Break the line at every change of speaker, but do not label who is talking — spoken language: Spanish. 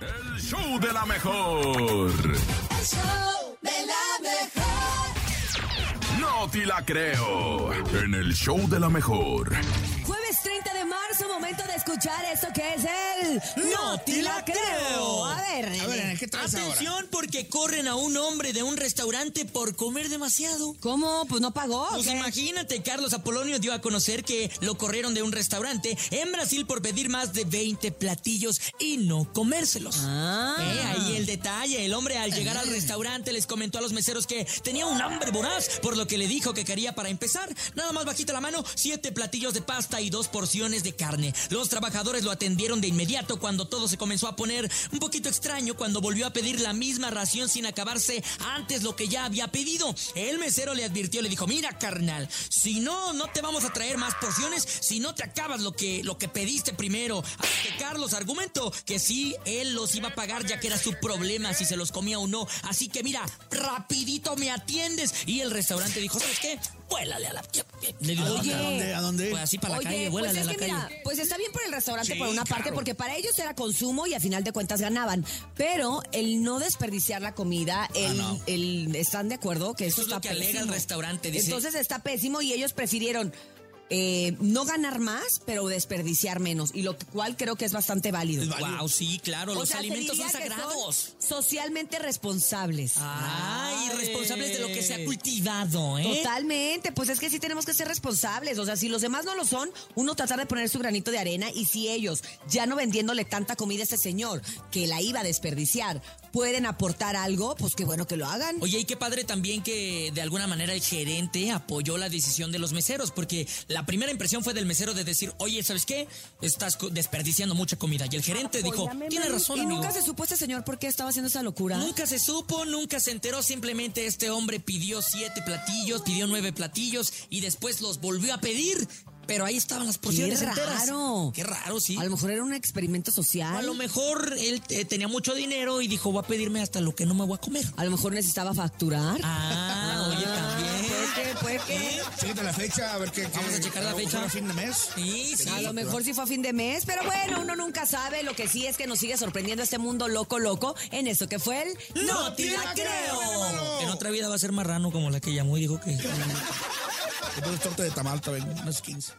El show de la mejor.
El show de la mejor.
No te la creo. En el show de la mejor.
Jueves 30 de marzo, momento de escuchar esto que es el...
No te la creo.
A ver,
A ver, Ana, ¿qué traes
Atención
ahora?
porque corren a un hombre de un restaurante por comer demasiado.
¿cómo? Pues no
Ah,
pagó.
Pues
¿qué?
imagínate, Carlos Apolonio dio a conocer que lo corrieron de un restaurante en Brasil por pedir más de 20 platillos y no comérselos.
Ah.
Eh, ahí el detalle. El hombre al llegar al restaurante les comentó a los meseros que tenía un hambre voraz, por lo que le dijo que quería para empezar, nada más bajita la mano, siete platillos de pasta y dos porciones de carne. Los trabajadores lo atendieron de inmediato cuando todo se comenzó a poner un poquito extraño cuando volvió a pedir la misma ración sin acabarse antes lo que ya había pedido. El mesero le advirtió, le dijo, mira carnal, si no, no te vamos a traer más porciones si no te acabas lo que, lo que pediste primero. Así que Carlos argumentó que sí, él los iba a pagar ya que era su problema si se los comía o no. Así que mira, rapidito me atiendes. Y el restaurante dijo, ¿sabes qué? Vuélale a la... Le dijo,
Oye.
"Oye,
¿A dónde? ¿A dónde?
Pues así para la
Oye, pues
calle, vuélale
es
a la
que
calle.
mira, pues está bien por el restaurante
Sí,
por una parte,
claro.
porque para ellos era consumo y a final de cuentas ganaban. Pero el no desperdiciar la comida, el,
no.
el- están de acuerdo que eso,
Ah, Eso es
está
lo que alega
pésimo.
el restaurante, dice.
Entonces está pésimo y ellos prefirieron eh, no ganar más, pero desperdiciar menos. Y lo cual creo que es bastante válido.
Es válido. Valió.
Wow, sí, claro,
O
los
sea, se
alimentos son
diría que
sagrados.
socialmente responsables.
Ay,
Ay.
responsables de lo que se ha cultivado, ¿eh?
Totalmente, pues es que sí tenemos que ser responsables. O sea, si los demás no lo son, uno tratar de poner su granito de arena y si ellos, ya no vendiéndole tanta comida a este señor que la iba a desperdiciar, pueden aportar algo, pues qué bueno que lo hagan.
Oye, y qué padre también que de alguna manera el gerente apoyó la decisión de los meseros, porque la primera impresión fue del mesero de decir, oye, ¿sabes qué? Estás co- desperdiciando mucha comida. Y el gerente dijo, tiene razón,
Pues y
amigo.
nunca se supo este señor por qué estaba haciendo esa locura.
Nunca se supo, nunca se enteró. Simplemente este hombre pidió siete platillos, pidió nueve platillos y después los volvió a pedir. Pero ahí estaban las porciones enteras.
raro.
Qué raro, sí.
A lo mejor era un experimento
A lo
social.
mejor él eh, tenía mucho dinero y dijo, voy a pedirme hasta lo que no me voy a comer.
A lo mejor necesitaba facturar.
Ah, oye,
Puede
también. ¿Eh?
que, puede que.
Chécate la fecha, a ver qué. qué-
Vamos a checar la
mejor
fecha.
a fin de mes.
Sí, sí.
A lo mejor sí fue a fin de mes, pero bueno, uno nunca sabe. Lo que sí es que nos sigue sorprendiendo este mundo loco, loco, en esto que fue el...
¡No te la creo!
creo!
En otra vida va a ser marrano como la que llamó y dijo que...
Entonces, torta de tamal también, unas 15.